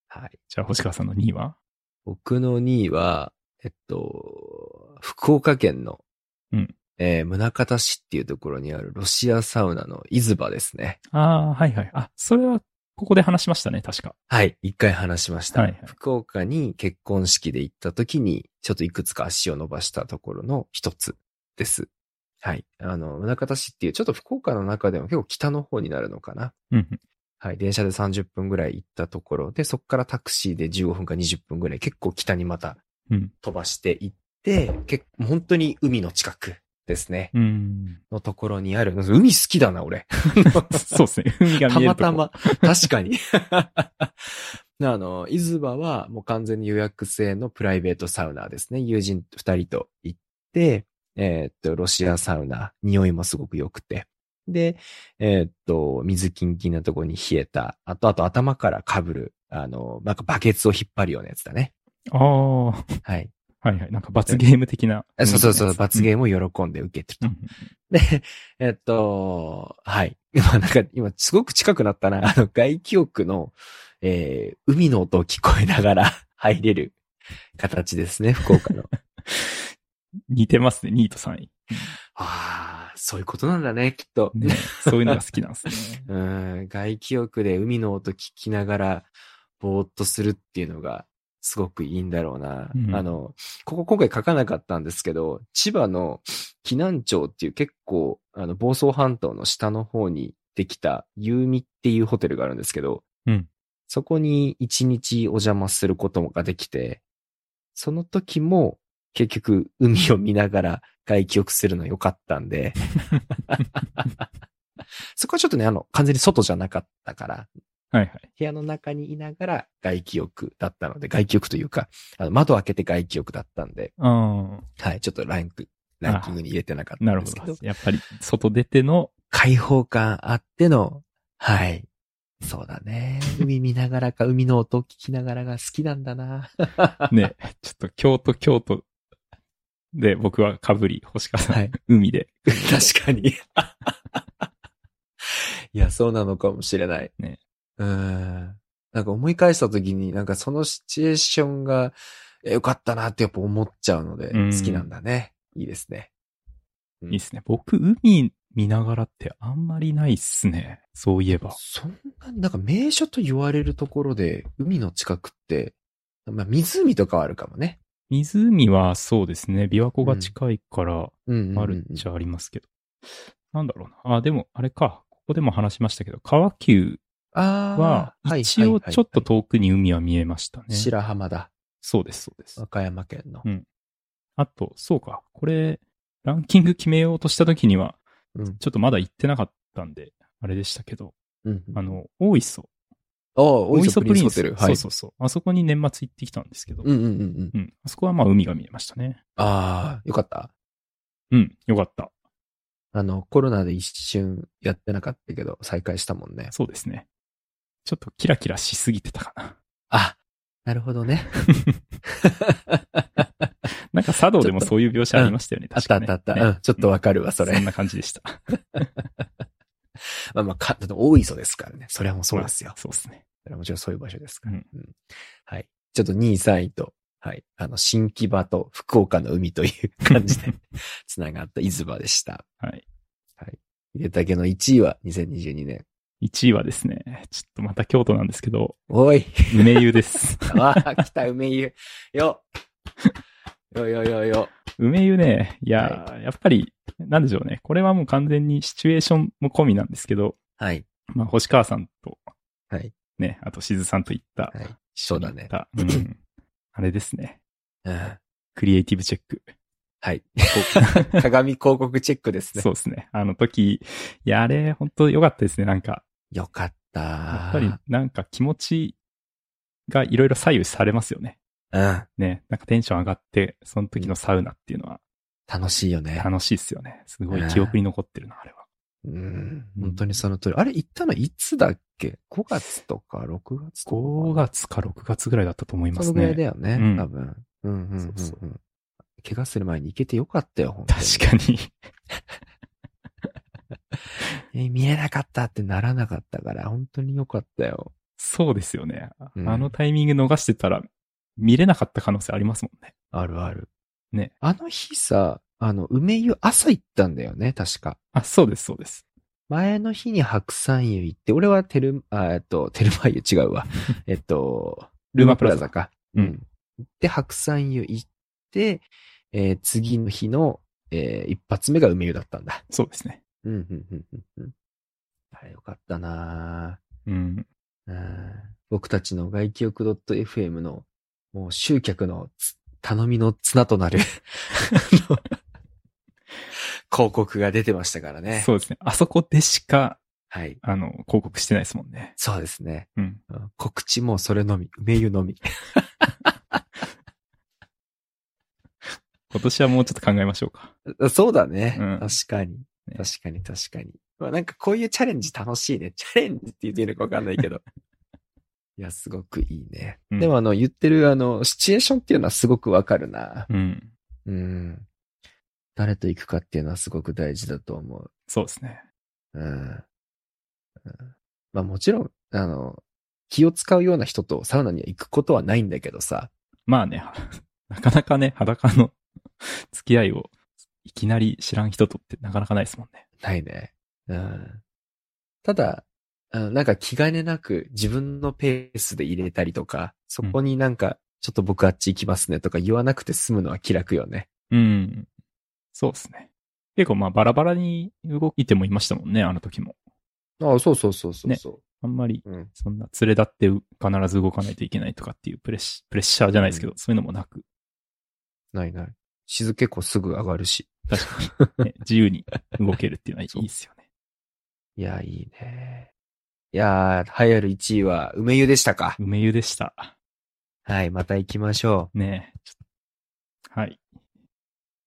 [SPEAKER 2] はい。
[SPEAKER 1] じゃあ、星川さんの2位は
[SPEAKER 2] 僕の2位は、えっと、福岡県の、
[SPEAKER 1] うん
[SPEAKER 2] えー宗像市っていうところにあるロシアサウナのイズバですね。
[SPEAKER 1] ああ、はいはい。あ、それは、ここで話しましたね、確か。
[SPEAKER 2] はい、一回話しました。
[SPEAKER 1] はいはい
[SPEAKER 2] 福岡に結婚式で行った時に、ちょっといくつか足を伸ばしたところの一つです。はい。あの、宗像市っていう、ちょっと福岡の中でも結構北の方になるのかな。
[SPEAKER 1] うんうん。
[SPEAKER 2] はい。電車で30分ぐらい行ったところで、そこからタクシーで15分か20分ぐらい、結構北にまた
[SPEAKER 1] うん。
[SPEAKER 2] 飛ばしていって、結構本当に海の近くですね。
[SPEAKER 1] うん。
[SPEAKER 2] のところにある。海好きだな、俺。
[SPEAKER 1] そうですね。海が
[SPEAKER 2] た
[SPEAKER 1] 見える
[SPEAKER 2] ま
[SPEAKER 1] とこ
[SPEAKER 2] た。ま。確かに。 あの、伊豆場はもう完全に予約制のプライベートサウナーですね。友人二人と行って、えーっと、ロシアサウナ、匂いもすごく良くて。で、えーっと、水キンキンなとこに冷えた。あと、あと頭から被る、あの、なんかバケツを引っ張るようなやつだね。
[SPEAKER 1] ああ、は
[SPEAKER 2] はい。
[SPEAKER 1] いはい。なんか罰ゲーム的な。
[SPEAKER 2] あそうそうそう、罰
[SPEAKER 1] ー
[SPEAKER 2] ゲームを喜んで受けてると。
[SPEAKER 1] ム。
[SPEAKER 2] で、えっと、はい。 今、なんか、今、すごく近くなったな。あの、外気浴の、えー、海の音を聞こえながら 入れる形ですね、福岡の。
[SPEAKER 1] 似てますね、2位と3位。
[SPEAKER 2] ああ、そういうことなんだね、きっと。
[SPEAKER 1] ね、 そういうのが好きなんです ね。
[SPEAKER 2] うん、外気浴で海の音聞きながら、ぼーっとするっていうのが、すごくいいんだろうな。
[SPEAKER 1] うん
[SPEAKER 2] あの、ここ今回書かなかったんですけど、千葉の紀南町っていう結構、あの、房総半島の下の方にできた、ゆうみっていうホテルがあるんですけど、
[SPEAKER 1] うん
[SPEAKER 2] そこに一日お邪魔することができて、その時も結局海を見ながら外気浴するの良かった んで、そこはちょっとね、あの、完全に外じゃなかったから、
[SPEAKER 1] はいはい。
[SPEAKER 2] 部屋の中にいながら外気浴だったので、外気浴というか、あの窓開けて外気浴だったんで、
[SPEAKER 1] あ
[SPEAKER 2] はい、ちょっとランク、ランキングに入れてなかっ
[SPEAKER 1] あ、
[SPEAKER 2] た
[SPEAKER 1] なんるほ
[SPEAKER 2] ですけど、
[SPEAKER 1] ど。やっぱり、外出ての、
[SPEAKER 2] 開放感あっての、はい。そうだね。海見ながらか、海の音を聞きながらが好きなんだな。
[SPEAKER 1] ね、 ちょっと京都、京都で僕はかぶり、星川さん、
[SPEAKER 2] はい
[SPEAKER 1] 海で。
[SPEAKER 2] 確かに。いや、そうなのかもしれない。
[SPEAKER 1] ね。
[SPEAKER 2] うーん。なんか思い返した時に、なんかそのシチュエーションがえ良かったなってやっぱ思っちゃうので、
[SPEAKER 1] うん
[SPEAKER 2] 好きなんだね。いいですね。
[SPEAKER 1] いいですね。僕、海見ながらってあんまりないっすね。そういえば。
[SPEAKER 2] そんな、なんか名所と言われるところで、海の近くって、まあ湖とかはあるかもね。
[SPEAKER 1] 湖はそうですね。琵琶湖が近いから、
[SPEAKER 2] うん、うん。
[SPEAKER 1] あるっちゃありますけど。なんだろうな。あ、でも、あれか。ここでも話しましたけど、川急
[SPEAKER 2] あー
[SPEAKER 1] は、
[SPEAKER 2] はい
[SPEAKER 1] 一応ちょっと
[SPEAKER 2] はい
[SPEAKER 1] 遠くに海は見えましたね。
[SPEAKER 2] はい白浜だ。
[SPEAKER 1] そうです、そうです
[SPEAKER 2] 和。歌山県の。
[SPEAKER 1] あと、そうか。これ、ランキング決めようとした時には、
[SPEAKER 2] うん。
[SPEAKER 1] ちょっとまだ行ってなかったんで、あれでしたけど、
[SPEAKER 2] うん。
[SPEAKER 1] あの、大磯。
[SPEAKER 2] あー、大磯プリンスホテル。
[SPEAKER 1] そうそうそう。あそこに年末行ってきたんですけど、
[SPEAKER 2] うんうんうんうん。
[SPEAKER 1] うん。あそこはまあ海が見えましたね。
[SPEAKER 2] ああ、よかった。
[SPEAKER 1] うん。よかった。
[SPEAKER 2] あの、コロナで一瞬やってなかったけど、再開したもんね。
[SPEAKER 1] そうですね。ちょっとキラキラしすぎてたかな。
[SPEAKER 2] あ、なるほどね。
[SPEAKER 1] なんか茶道でもそういう描写ありましたよね。
[SPEAKER 2] あっ
[SPEAKER 1] 確
[SPEAKER 2] たあ
[SPEAKER 1] か
[SPEAKER 2] っ
[SPEAKER 1] ね
[SPEAKER 2] たあった。
[SPEAKER 1] ね
[SPEAKER 2] うん、ちょっとわかるわ、そ
[SPEAKER 1] そ
[SPEAKER 2] れ
[SPEAKER 1] ん。な感じでした。
[SPEAKER 2] まあまあ、か、だって大磯ですからね。それはもうそうですよ
[SPEAKER 1] まあ。そうですね。
[SPEAKER 2] それはもちろんそういう場所ですから。
[SPEAKER 1] うん
[SPEAKER 2] うんはい。ちょっと2位、3位と、はい。あの、新木場と福岡の海という感じで、つながった伊豆場でした。
[SPEAKER 1] はい。
[SPEAKER 2] 入れたけの1位は2022年。
[SPEAKER 1] 1位はですね、ちょっとまた京都なんですけど、
[SPEAKER 2] おい
[SPEAKER 1] 梅湯 です。
[SPEAKER 2] わあ、来た、梅湯。よよよよよ。
[SPEAKER 1] 梅湯ね、いやー、やっぱり、なんでしょうね。これはもう完全にシチュエーションも込みなんですけど、
[SPEAKER 2] はい。
[SPEAKER 1] まあ、星川さんと、
[SPEAKER 2] はい。
[SPEAKER 1] ね、あとしずさんと行った、
[SPEAKER 2] はい。
[SPEAKER 1] 一緒に行った。うん。あれですね。
[SPEAKER 2] うん
[SPEAKER 1] クリエイティブチェック。
[SPEAKER 2] はい。 鏡広告チェックですね。
[SPEAKER 1] そうですね。あの時、いや、あれ、本当良かったですね。なんか、
[SPEAKER 2] よかった。
[SPEAKER 1] やっぱり、なんか気持ちがいろいろ左右されますよね。
[SPEAKER 2] うん。
[SPEAKER 1] ね、なんかテンション上がって、その時のサウナっていうのは
[SPEAKER 2] 楽しいよね。
[SPEAKER 1] 楽しいっすよね。すごい記憶に残ってるな、あれは。
[SPEAKER 2] うん。本当にその通り。あれ、行ったのいつだっけ ?5 月とか6月とか。
[SPEAKER 1] 5月か6月ぐらいだったと思います
[SPEAKER 2] そのぐらいだ
[SPEAKER 1] ね。
[SPEAKER 2] よね
[SPEAKER 1] う。ん
[SPEAKER 2] 多分。うんうんうんうん
[SPEAKER 1] そうそ
[SPEAKER 2] 結怪我する前に行けてよかったよ、本当に
[SPEAKER 1] 確かに。
[SPEAKER 2] え見れなかったってならなかったから、本当によかったよ。
[SPEAKER 1] そうですよね。
[SPEAKER 2] うん
[SPEAKER 1] あのタイミング逃してたら、見れなかった可能性ありますもんね。
[SPEAKER 2] あるある。
[SPEAKER 1] ね。
[SPEAKER 2] あの日さ、あの、梅湯朝行ったんだよね、確か。
[SPEAKER 1] あ、そうです、そうです。
[SPEAKER 2] 前の日に白山湯行って、俺はテル、あえっと、テルマ湯違う わ。えっと、ルマプラザか。
[SPEAKER 1] うん。
[SPEAKER 2] で、白山湯行って、えー次の日の、えー一発目が梅湯だったんだ。
[SPEAKER 1] そうですね。
[SPEAKER 2] うん、うん、うん、うんうん。あれよかったなぁ。
[SPEAKER 1] うん。
[SPEAKER 2] うん僕たちの外記憶 .fm の、もう集客のつ頼みの綱となるあの 広告が出てましたからね。
[SPEAKER 1] そうですね。あそこでしか、
[SPEAKER 2] はい。
[SPEAKER 1] あの、広告してないですもんね。
[SPEAKER 2] そうですね。
[SPEAKER 1] うん。
[SPEAKER 2] うん告知もそれのみ、梅湯のみ。
[SPEAKER 1] 今年はもうちょっと考えましょうか。
[SPEAKER 2] そうだね。
[SPEAKER 1] うん
[SPEAKER 2] 確かに。
[SPEAKER 1] ね
[SPEAKER 2] 確かに、確かに。まあなんかこういうチャレンジ楽しいね。チャレンジって言っていいのかわかんないけど。 いや、すごくいいね。
[SPEAKER 1] うん
[SPEAKER 2] でもあの、言ってるあの、シチュエーションっていうのはすごくわかるな。
[SPEAKER 1] うん。
[SPEAKER 2] うん。誰と行くかっていうのはすごく大事だと思う。
[SPEAKER 1] そうですね。
[SPEAKER 2] うん。うんまあもちろん、あの、気を使うような人とサウナには行くことはないんだけどさ。
[SPEAKER 1] まあね、 なかなかね、裸の 付き合いをいきなり知らん人とってなかなかないですもんね。
[SPEAKER 2] ないね。うん。ただ、うんなんか気兼ねなく自分のペースで入れたりとか、そこになんか、ちょっと僕あっち行きますねとか言わなくて済むのは気楽よね。
[SPEAKER 1] うん。そうですね。結構まあバラバラに動いてもいましたもんね、あの時も。
[SPEAKER 2] ああ、そうそうそうそうそ
[SPEAKER 1] あんまり
[SPEAKER 2] う、うん。
[SPEAKER 1] そんな連れ立って必ず動かないといけないとかっていうプレッシプレッシャーじゃないですけど、そういうのもなく、
[SPEAKER 2] ないない。静けこすぐ上がるし。
[SPEAKER 1] ね、自由に動けるっていうのはいいですよね。
[SPEAKER 2] いや、いいね。いやー、流行る1位は梅湯でしたか。
[SPEAKER 1] 梅湯でした。
[SPEAKER 2] はい、また行きましょ
[SPEAKER 1] ねえちょっと。はい。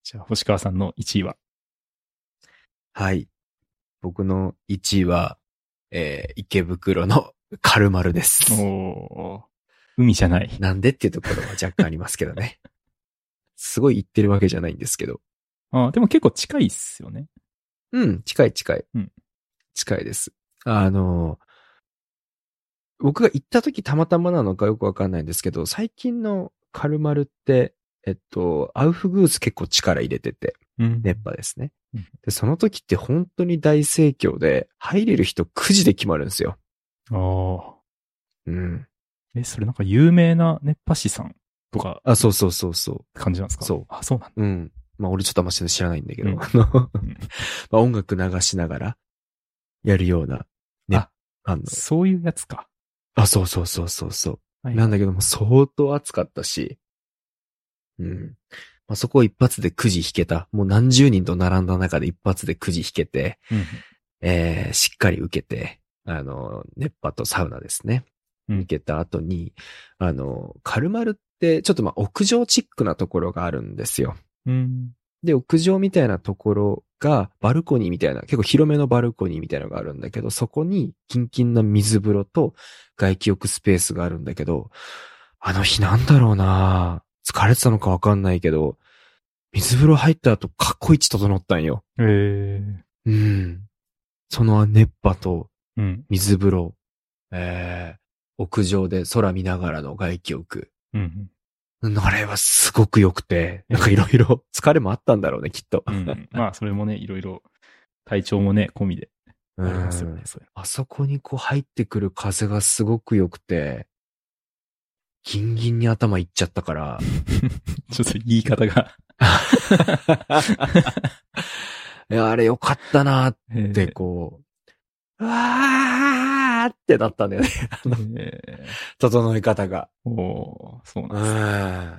[SPEAKER 1] じゃあ、星川さんの1位は。
[SPEAKER 2] う。はい。僕の1位は、えー、池袋の カルマルです。
[SPEAKER 1] お海じゃない。
[SPEAKER 2] なんでっていうところは若干ありますけどね。すごい行ってるわけじゃないんですけど。
[SPEAKER 1] ああ、でも結構近いっすよね。
[SPEAKER 2] うん、近い近い。
[SPEAKER 1] うん
[SPEAKER 2] 近いです。あの、僕が行った時たまたまなのかよくわかんないんですけど、最近のカルマルって、えっと、アウフグース結構力入れてて、
[SPEAKER 1] うん
[SPEAKER 2] 熱波ですね
[SPEAKER 1] うん。
[SPEAKER 2] で、その時って本当に大盛況で、入れる人9時で決まるんですよ。
[SPEAKER 1] ああ。
[SPEAKER 2] うん。
[SPEAKER 1] え、それなんか有名な熱波師さんとか
[SPEAKER 2] あ、そうそうそうそう。
[SPEAKER 1] 感じなんですか
[SPEAKER 2] そう。
[SPEAKER 1] あ、そうなんだ。
[SPEAKER 2] うん。まあ、俺ちょっとあんま知らないんだけ
[SPEAKER 1] う
[SPEAKER 2] ど、
[SPEAKER 1] ん
[SPEAKER 2] あの、 ま
[SPEAKER 1] ん
[SPEAKER 2] あ、音楽流しながら、やるような、ね、
[SPEAKER 1] あ
[SPEAKER 2] あの、
[SPEAKER 1] そういうやつか。
[SPEAKER 2] あ、そうそうそうそうそう。
[SPEAKER 1] はい
[SPEAKER 2] なんだけども、相当暑かったし、うん。まあ、そこを一発でくじ引けた。もう何十人と並んだ中で一発でくじ引けて、
[SPEAKER 1] うん
[SPEAKER 2] えー、しっかり受けて、あの、熱波とサウナですね。
[SPEAKER 1] うん
[SPEAKER 2] 受けた後に、あの、カルマルって、ちょっとまあ、屋上チックなところがあるんですよ。
[SPEAKER 1] うん。
[SPEAKER 2] で、屋上みたいなところが、バルコニーみたいな、結構広めのバルコニーみたいなのがあるんだけど、そこに、キンキンな水風呂と、外気浴スペースがあるんだけど、あの日なんだろうな疲れてたのかわかんないけど、水風呂入った後、かっこいいち整ったんよ。
[SPEAKER 1] ええ
[SPEAKER 2] うん。その熱波と、
[SPEAKER 1] うん。
[SPEAKER 2] 水風呂、えー、屋上で空見ながらの外気浴。
[SPEAKER 1] うん。
[SPEAKER 2] あれはすごく良くて、なんかいろいろ疲れもあったんだろうね、きっと。
[SPEAKER 1] うん。まあ、それもね、いろいろ、体調もね、込みでありますよね、それ。
[SPEAKER 2] あそこにこう入ってくる風がすごく良くて、ギンギンに頭いっちゃったから、
[SPEAKER 1] ちょっと言い方が。
[SPEAKER 2] いや、あれ良かったなーっ
[SPEAKER 1] えー
[SPEAKER 2] てこう、うわーってなったんだよね。
[SPEAKER 1] え
[SPEAKER 2] 整え方が。
[SPEAKER 1] ーおーそう
[SPEAKER 2] う
[SPEAKER 1] なんですね。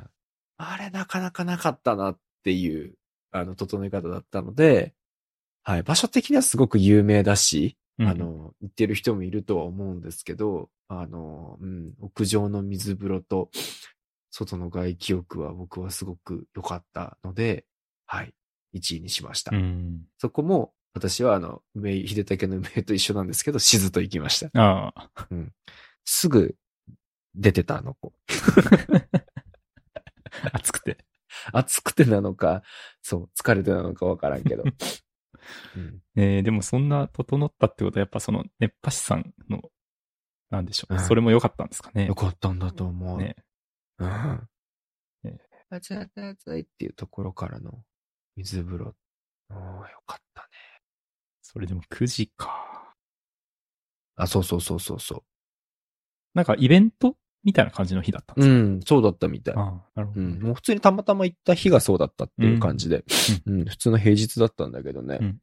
[SPEAKER 2] ん。あれなかなかなかったなっていう、あの、整え方だったので、はい、場所的にはすごく有名だし、
[SPEAKER 1] うん
[SPEAKER 2] あ、の、行ってる人もいるとは思うんですけど、あの、うん、屋上の水風呂と、外の外気浴は僕はすごく良かったので、はい、1位にしました。
[SPEAKER 1] うん。
[SPEAKER 2] そこも、私はあの、梅井秀武の梅井と一緒なんですけど、静と行きました。
[SPEAKER 1] ああ、
[SPEAKER 2] すぐ、出てたあの子。
[SPEAKER 1] 暑くて。
[SPEAKER 2] 暑くてなのか、そう、疲れてなのかわからん けど。うん、
[SPEAKER 1] えーでもそんな整ったってことはやっぱその熱波師さんの、なんでしょう。
[SPEAKER 2] うん
[SPEAKER 1] それも良かったんですかね
[SPEAKER 2] よ。かったんだと思う。
[SPEAKER 1] ね
[SPEAKER 2] うん。
[SPEAKER 1] ね
[SPEAKER 2] 熱い熱い熱いっていうところからの水風呂。ああ、よかったね。
[SPEAKER 1] それでも9時か。
[SPEAKER 2] あ、そうそうそうそうそ
[SPEAKER 1] なんかイベントみたいな感じの日だったんで
[SPEAKER 2] う。う
[SPEAKER 1] すか、
[SPEAKER 2] ん、そうだったみたい。
[SPEAKER 1] ああ、なるほ
[SPEAKER 2] う
[SPEAKER 1] ど、
[SPEAKER 2] ん、もう普通にたまたま行った日がそうだったっていう感じで、
[SPEAKER 1] う
[SPEAKER 2] うん、普通の平日だったんだけどね、
[SPEAKER 1] うん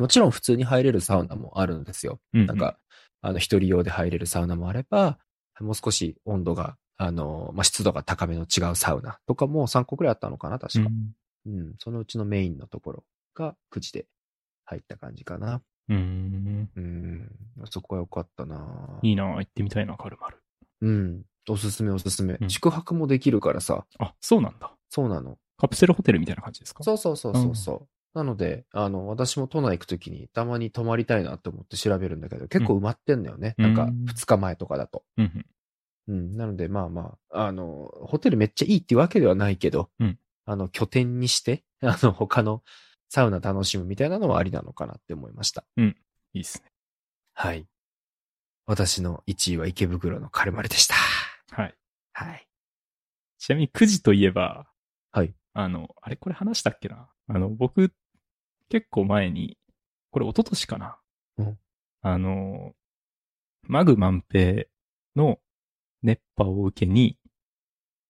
[SPEAKER 2] もちろん普通に入れるサウナもあるんですよ。
[SPEAKER 1] う
[SPEAKER 2] なんか、あの、一人用で入れるサウナもあれば、もう少し温度が、あの、まあ、湿度が高めの違うサウナとかも3個くらいあったのかな、
[SPEAKER 1] う
[SPEAKER 2] 確か。
[SPEAKER 1] ん、
[SPEAKER 2] うん、そのうちのメインのところが9時で入った感じかな。
[SPEAKER 1] うん。
[SPEAKER 2] うん、そこは良かったない
[SPEAKER 1] いなぁ行ってみたいな、カルマル。
[SPEAKER 2] うん、おすすめおすすめ、
[SPEAKER 1] うん
[SPEAKER 2] 宿泊もできるからさ、
[SPEAKER 1] あ、そうなんだ。
[SPEAKER 2] そうなの。
[SPEAKER 1] カプセルホテルみたいな感じですか
[SPEAKER 2] そうそうそうそうそう。なので、あの、私も都内行くときにたまに泊まりたいなと思って調べるんだけど、結構埋まってんのよね。
[SPEAKER 1] うん
[SPEAKER 2] な
[SPEAKER 1] うんん
[SPEAKER 2] か、2日前とかだと。
[SPEAKER 1] うんうん。
[SPEAKER 2] うん。なので、まあまあ、あの、ホテルめっちゃいいってわけではないけど、
[SPEAKER 1] うん
[SPEAKER 2] あの、拠点にして、 あの、他のサウナ楽しむみたいなのはありなのかなって思いました。
[SPEAKER 1] いいっすね。
[SPEAKER 2] はい。私の1位は池袋のカルマルでした。
[SPEAKER 1] はい。
[SPEAKER 2] はい。
[SPEAKER 1] ちなみに9時といえば、
[SPEAKER 2] はい。
[SPEAKER 1] あの、あれこれ話したっけなあの、僕、結構前に、これ一昨年かな、
[SPEAKER 2] うん
[SPEAKER 1] あの、マグ万平の熱波を受けに、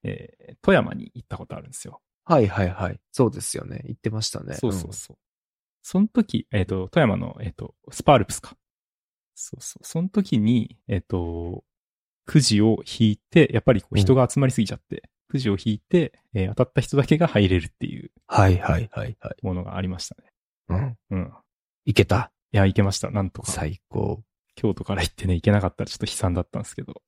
[SPEAKER 1] えー富山に行ったことあるんですよ。
[SPEAKER 2] はいはいはい。そうですよね。言ってましたね。
[SPEAKER 1] そうそうそう。その時、えっ、と、富山の、えっ、と、スパールプスか。そうそう。その時に、えっ、と、くじを引いて、やっぱりこう
[SPEAKER 2] うん
[SPEAKER 1] 人が集まりすぎちゃって、くじを引いて、えー当たった人だけが入れるっていう
[SPEAKER 2] うん。はいはいはいはい。
[SPEAKER 1] ものがありましたね。
[SPEAKER 2] うん。
[SPEAKER 1] うん。
[SPEAKER 2] いけた。
[SPEAKER 1] いや、行けました。なんとか。
[SPEAKER 2] 最高。
[SPEAKER 1] 京都から行ってね、行けなかったらちょっと悲惨だったんですけど。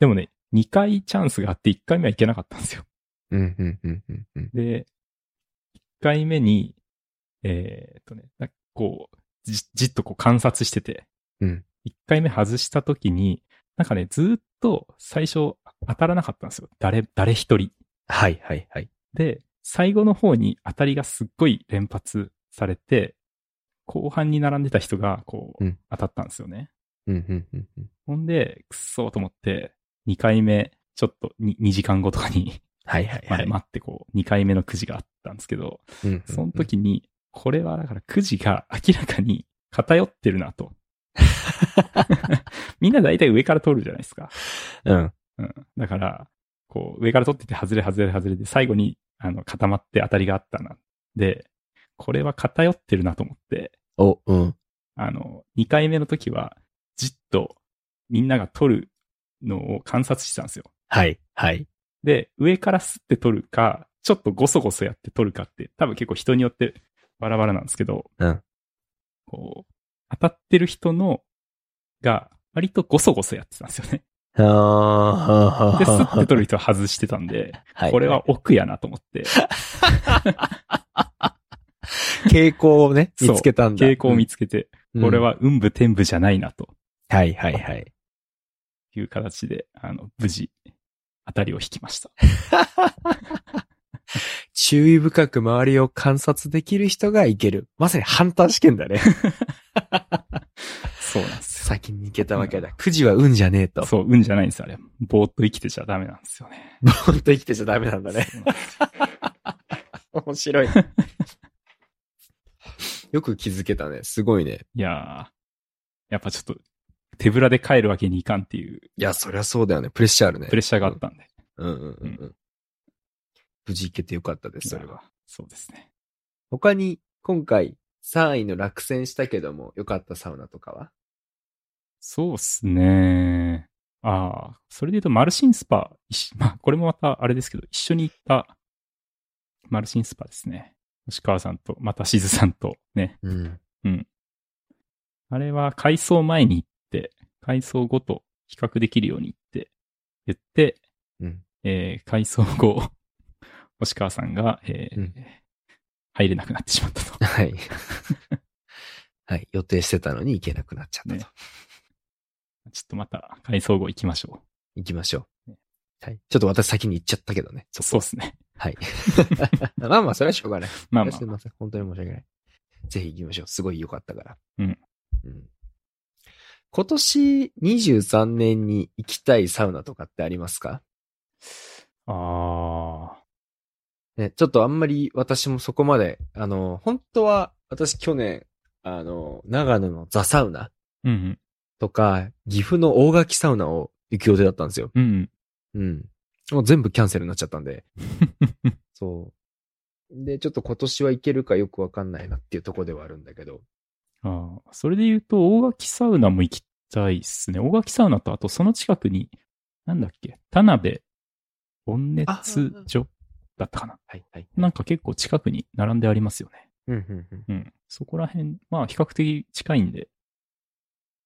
[SPEAKER 1] でもね、2回チャンスがあって、1回目は行けなかったんですよ。
[SPEAKER 2] うんうんうんうんうん。
[SPEAKER 1] で、1回目に、えーっとね、なんかこう、じ、じっとこう観察してて、
[SPEAKER 2] うん
[SPEAKER 1] 1回目外した時に、なんかね、ずーっと最初当たらなかったんですよ。誰、誰一人。
[SPEAKER 2] はいはいはい。
[SPEAKER 1] で、最後の方に当たりがすっごい連発されて、後半に並んでた人が、こう
[SPEAKER 2] うん、
[SPEAKER 1] 当たったんですよね。
[SPEAKER 2] うんうんうんうん。
[SPEAKER 1] ほんで、くっそーと思って、2回目、ちょっと 2, 時間後とかに、
[SPEAKER 2] はいはい
[SPEAKER 1] ま
[SPEAKER 2] は
[SPEAKER 1] で
[SPEAKER 2] い。
[SPEAKER 1] 待ってこう、2回目のくじがあったんですけど、
[SPEAKER 2] うんうんうん
[SPEAKER 1] その時に、これはだからくじが明らかに 偏ってるな と。みんな大体上から取るじゃないですか。
[SPEAKER 2] うん。
[SPEAKER 1] うん。だから、こう、上から取ってて、外れ外れ外れで、最後に、あの、固まって当たりがあったな。で、これは偏ってるなと思って、
[SPEAKER 2] お、うん。
[SPEAKER 1] あの、2回目の時は、じっとみんなが取るのを観察してたんですよ。
[SPEAKER 2] はいはい。
[SPEAKER 1] で、上からスって取るか、ちょっとごそごそやって取るかって、多分結構人によってバラバラなんですけど、
[SPEAKER 2] うん
[SPEAKER 1] こう、当たってる人のが、割とごそごそやってたんですよ ね。
[SPEAKER 2] ああ
[SPEAKER 1] で、スって取る人は外してたんで、
[SPEAKER 2] はい
[SPEAKER 1] これは奥やなと思 って、
[SPEAKER 2] 傾向をね、
[SPEAKER 1] そう
[SPEAKER 2] 見つけたんだ。
[SPEAKER 1] 傾向を見つけて、
[SPEAKER 2] うん
[SPEAKER 1] これ。は運武天武じゃないなと
[SPEAKER 2] うんはいはいはい。
[SPEAKER 1] いう形で、あの、無事、当たりを引きました。
[SPEAKER 2] 注意深く周りを観察できる人がいける。まさにハンター試験 だね。
[SPEAKER 1] そう なんですよ。
[SPEAKER 2] 先に行けたわけだ。くじは運じゃねえと。
[SPEAKER 1] そう、運じゃないんですよ、あれ。ぼーっと生きてちゃダメなんですよね。
[SPEAKER 2] 本当生きてちゃダメなんだね。
[SPEAKER 1] そうなんですよ
[SPEAKER 2] 面 白い。よく気づけたね。すごいね。
[SPEAKER 1] いやー、やっぱちょっと、手ぶらで帰るわけにいかんっていう
[SPEAKER 2] いや、そりゃそうだよね。プレッシャーあるね。
[SPEAKER 1] プレッシャーがあったんで。
[SPEAKER 2] うんうんうんうん。無事行けてよかったです、それ
[SPEAKER 1] いや
[SPEAKER 2] は。
[SPEAKER 1] ー。そうですね。
[SPEAKER 2] 他に、今回、3位の落選したけども、良かったサウナとかは
[SPEAKER 1] そうっすねああ、それで言うと、マルシンスパ、一緒ま あ、これもまたあれですけど、一緒に行った、マルシンスパですね。吉川さんと、またしずさんとね。
[SPEAKER 2] うん。
[SPEAKER 1] あれは、改装前に行って、改装後と比較できるようにって言って、
[SPEAKER 2] うん。
[SPEAKER 1] えー、改装後、 星川さんが、えー
[SPEAKER 2] うん
[SPEAKER 1] 入れなくなってしまったと。
[SPEAKER 2] はい。はい。予定してたのに行けなくなっちゃったと。
[SPEAKER 1] ねちょっとまた改装後行きましょ
[SPEAKER 2] 行きましょう。はい。ちょっと私先に行っちゃったけどね。そこ
[SPEAKER 1] そうですね。
[SPEAKER 2] はい。 まあまあ、それはしょうがない。
[SPEAKER 1] まあます
[SPEAKER 2] いません。本当に申し訳ない。ぜひ行きましょう。すごい良かったから。
[SPEAKER 1] うん。
[SPEAKER 2] うん。今年23年に行きたいサウナとかってありますか
[SPEAKER 1] あ。ああ。
[SPEAKER 2] ね、ちょっとあんまり私もそこまで、あの、本当は私去年、あの、長野のザサウナ
[SPEAKER 1] うん
[SPEAKER 2] とか、岐阜の大垣サウナを行く予定だったんですよ。
[SPEAKER 1] うん。うん
[SPEAKER 2] うん。もう全部キャンセルになっちゃった んで。
[SPEAKER 1] うん。
[SPEAKER 2] そう。で、ちょっと今年は行けるかよくわかんないなっていうとこではあるんだけど。
[SPEAKER 1] ああ、それで言うと、大垣サウナも行きたいっすね。大垣サウナと、あとその近くに、なんだっけ、田辺温熱所だったかな。
[SPEAKER 2] はい、はい。
[SPEAKER 1] なんか結構近くに並んでありますよね。
[SPEAKER 2] うん、うん、うん。
[SPEAKER 1] うん。そこら辺、まあ比較的近いんで、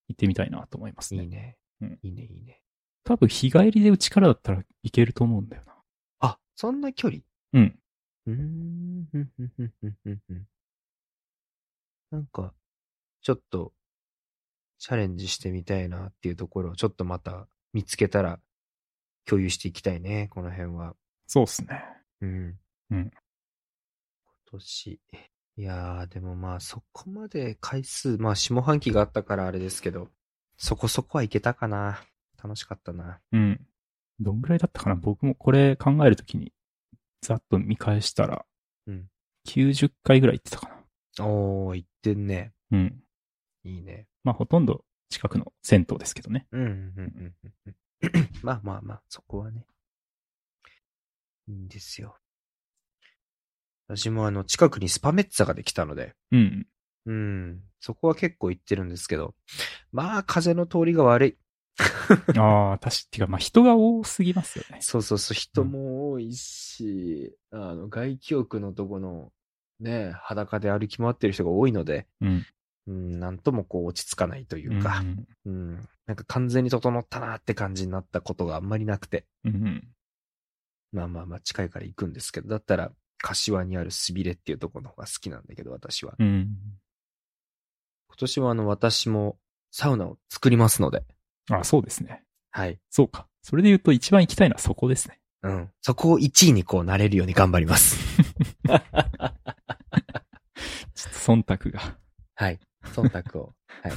[SPEAKER 1] 行ってみたいなと思います
[SPEAKER 2] いい
[SPEAKER 1] ね。
[SPEAKER 2] ね。
[SPEAKER 1] うん
[SPEAKER 2] いいね、いいね。
[SPEAKER 1] 多分日帰りでうちからだったらいけると思うんだよな。
[SPEAKER 2] あ、そんな距離
[SPEAKER 1] うん。
[SPEAKER 2] うーん、ふんふんふんふんふんふんなんか、ちょっと、チャレンジしてみたいなっていうところを、ちょっとまた見つけたら、共有していきたいね、この辺は。
[SPEAKER 1] そうっすね。
[SPEAKER 2] うん。
[SPEAKER 1] うん。
[SPEAKER 2] 今年。いやー、でもまあ、そこまで回数、まあ、下半期があったからあれですけど、そこそこはいけたかな。楽しかったな。
[SPEAKER 1] うん。どんぐらいだったかな僕もこれ考えるときに、ざっと見返したら
[SPEAKER 2] うん、
[SPEAKER 1] 90回ぐらい行ってたかな。
[SPEAKER 2] おー、行ってんね。
[SPEAKER 1] うん。
[SPEAKER 2] いいね。
[SPEAKER 1] まあ、ほとんど近くの銭湯ですけどね。
[SPEAKER 2] うん、うん、うんうん、うん。 まあまあまあ、そこはね。いいんですよ。私もあの、近くにスパメッツァができたので、
[SPEAKER 1] うん。
[SPEAKER 2] うん、そこは結構行ってるんですけど、まあ、風の通りが悪い。
[SPEAKER 1] ああ、確か、てか、まあ、人が多すぎますよね。
[SPEAKER 2] そうそうそう、人も多いし、あの、外気浴のとこの、ね、裸で歩き回ってる人が多いので、
[SPEAKER 1] うん。
[SPEAKER 2] うん、なんともこう落ち着かないというか
[SPEAKER 1] う、ん。
[SPEAKER 2] うん、なんか完全に整ったなって感じになったことがあんまりなくて、
[SPEAKER 1] うん。
[SPEAKER 2] まあまあまあ近いから行くんですけど、だったら柏にあるスビレっていうところの方が好きなんだけど、私は。
[SPEAKER 1] うん。
[SPEAKER 2] 今年はあの、私もサウナを作りますので。
[SPEAKER 1] あそうですね。
[SPEAKER 2] はい。
[SPEAKER 1] そうか。それで言うと、一番行きたいのはそこですね。
[SPEAKER 2] うん。そこを1位にこうなれるように頑張ります。
[SPEAKER 1] ちょっと忖度が。
[SPEAKER 2] はい。忖度 を。はい。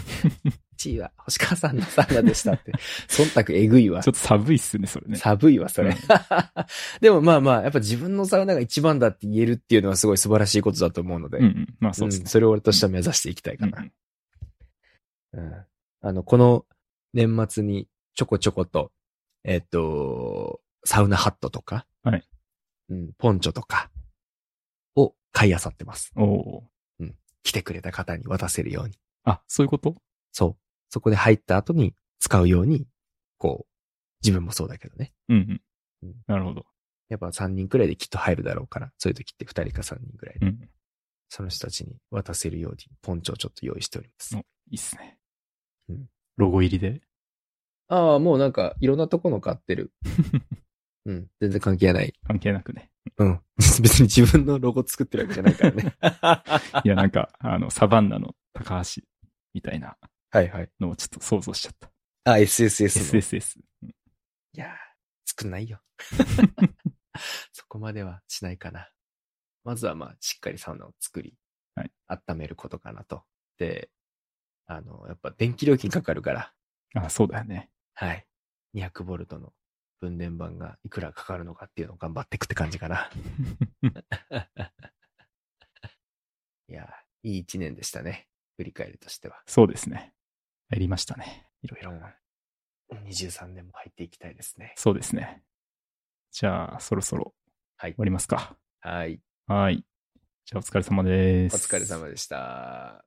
[SPEAKER 2] 1位は星川さんのサウナでしたって。 忖度えぐいわ
[SPEAKER 1] ちょ。っと寒いっすね、それね。
[SPEAKER 2] 寒いわ、それ。
[SPEAKER 1] うん
[SPEAKER 2] でもまあまあ、やっぱ自分のサウナが一番だって言えるっていうのはすごい素晴らしいことだと思うので。
[SPEAKER 1] うんうん。まあ、そううんですね。
[SPEAKER 2] それを俺としては目指していきたいか
[SPEAKER 1] うん
[SPEAKER 2] な。うんあの、この年末にちょこちょこと、えっ、と、サウナハットとか、
[SPEAKER 1] はい
[SPEAKER 2] うん、ポンチョとかを買い漁ってます。
[SPEAKER 1] うんおー
[SPEAKER 2] 来てくれた方に渡せるように。
[SPEAKER 1] あ、そういうこと
[SPEAKER 2] そう。そこで入った後に使うように、こう、自分もそうだけどね。
[SPEAKER 1] うんう
[SPEAKER 2] うんん。
[SPEAKER 1] なるほど。
[SPEAKER 2] やっぱ3人くらいできっと入るだろうから、そういう時って2人か3人くらいで、
[SPEAKER 1] うん。
[SPEAKER 2] その人たちに渡せるように、ポンチョをちょっと用意しております。
[SPEAKER 1] おいいっすね
[SPEAKER 2] うん。
[SPEAKER 1] ロゴ入りで。
[SPEAKER 2] ああ、もうなんか、いろんなとこの買っ てる。うん、全然関係ない。
[SPEAKER 1] 関係なくね。
[SPEAKER 2] うん。 別に自分のロゴ作ってるわけじゃないから ね。
[SPEAKER 1] いや、なんか、あの、サバンナの高橋みたいな
[SPEAKER 2] はいはい。
[SPEAKER 1] のをちょっと想像しちゃった。
[SPEAKER 2] あ、SSS の。い
[SPEAKER 1] SSS。
[SPEAKER 2] やー、作んな いよ。そこまではしないかな。まずはまあ、しっかりサウナを作り、
[SPEAKER 1] はい
[SPEAKER 2] 温めることかなと。で、あの、やっぱ電気料金かかるから、
[SPEAKER 1] あ、そうだよね。
[SPEAKER 2] はい。200ボルトの分電盤がいくらかかるのかっていうのを頑張っていくって感じかな。いやー、いい一年でしたね。振り返りとしては。
[SPEAKER 1] そうですね。やりましたね。いろいろ。
[SPEAKER 2] うん23年も入っていきたいですね。
[SPEAKER 1] そうですね。じゃあ、そろそろ
[SPEAKER 2] はい
[SPEAKER 1] 終。わりますか。
[SPEAKER 2] はい。
[SPEAKER 1] はい。じゃあ、お疲れ様で
[SPEAKER 2] お
[SPEAKER 1] す。
[SPEAKER 2] 疲れ様でした。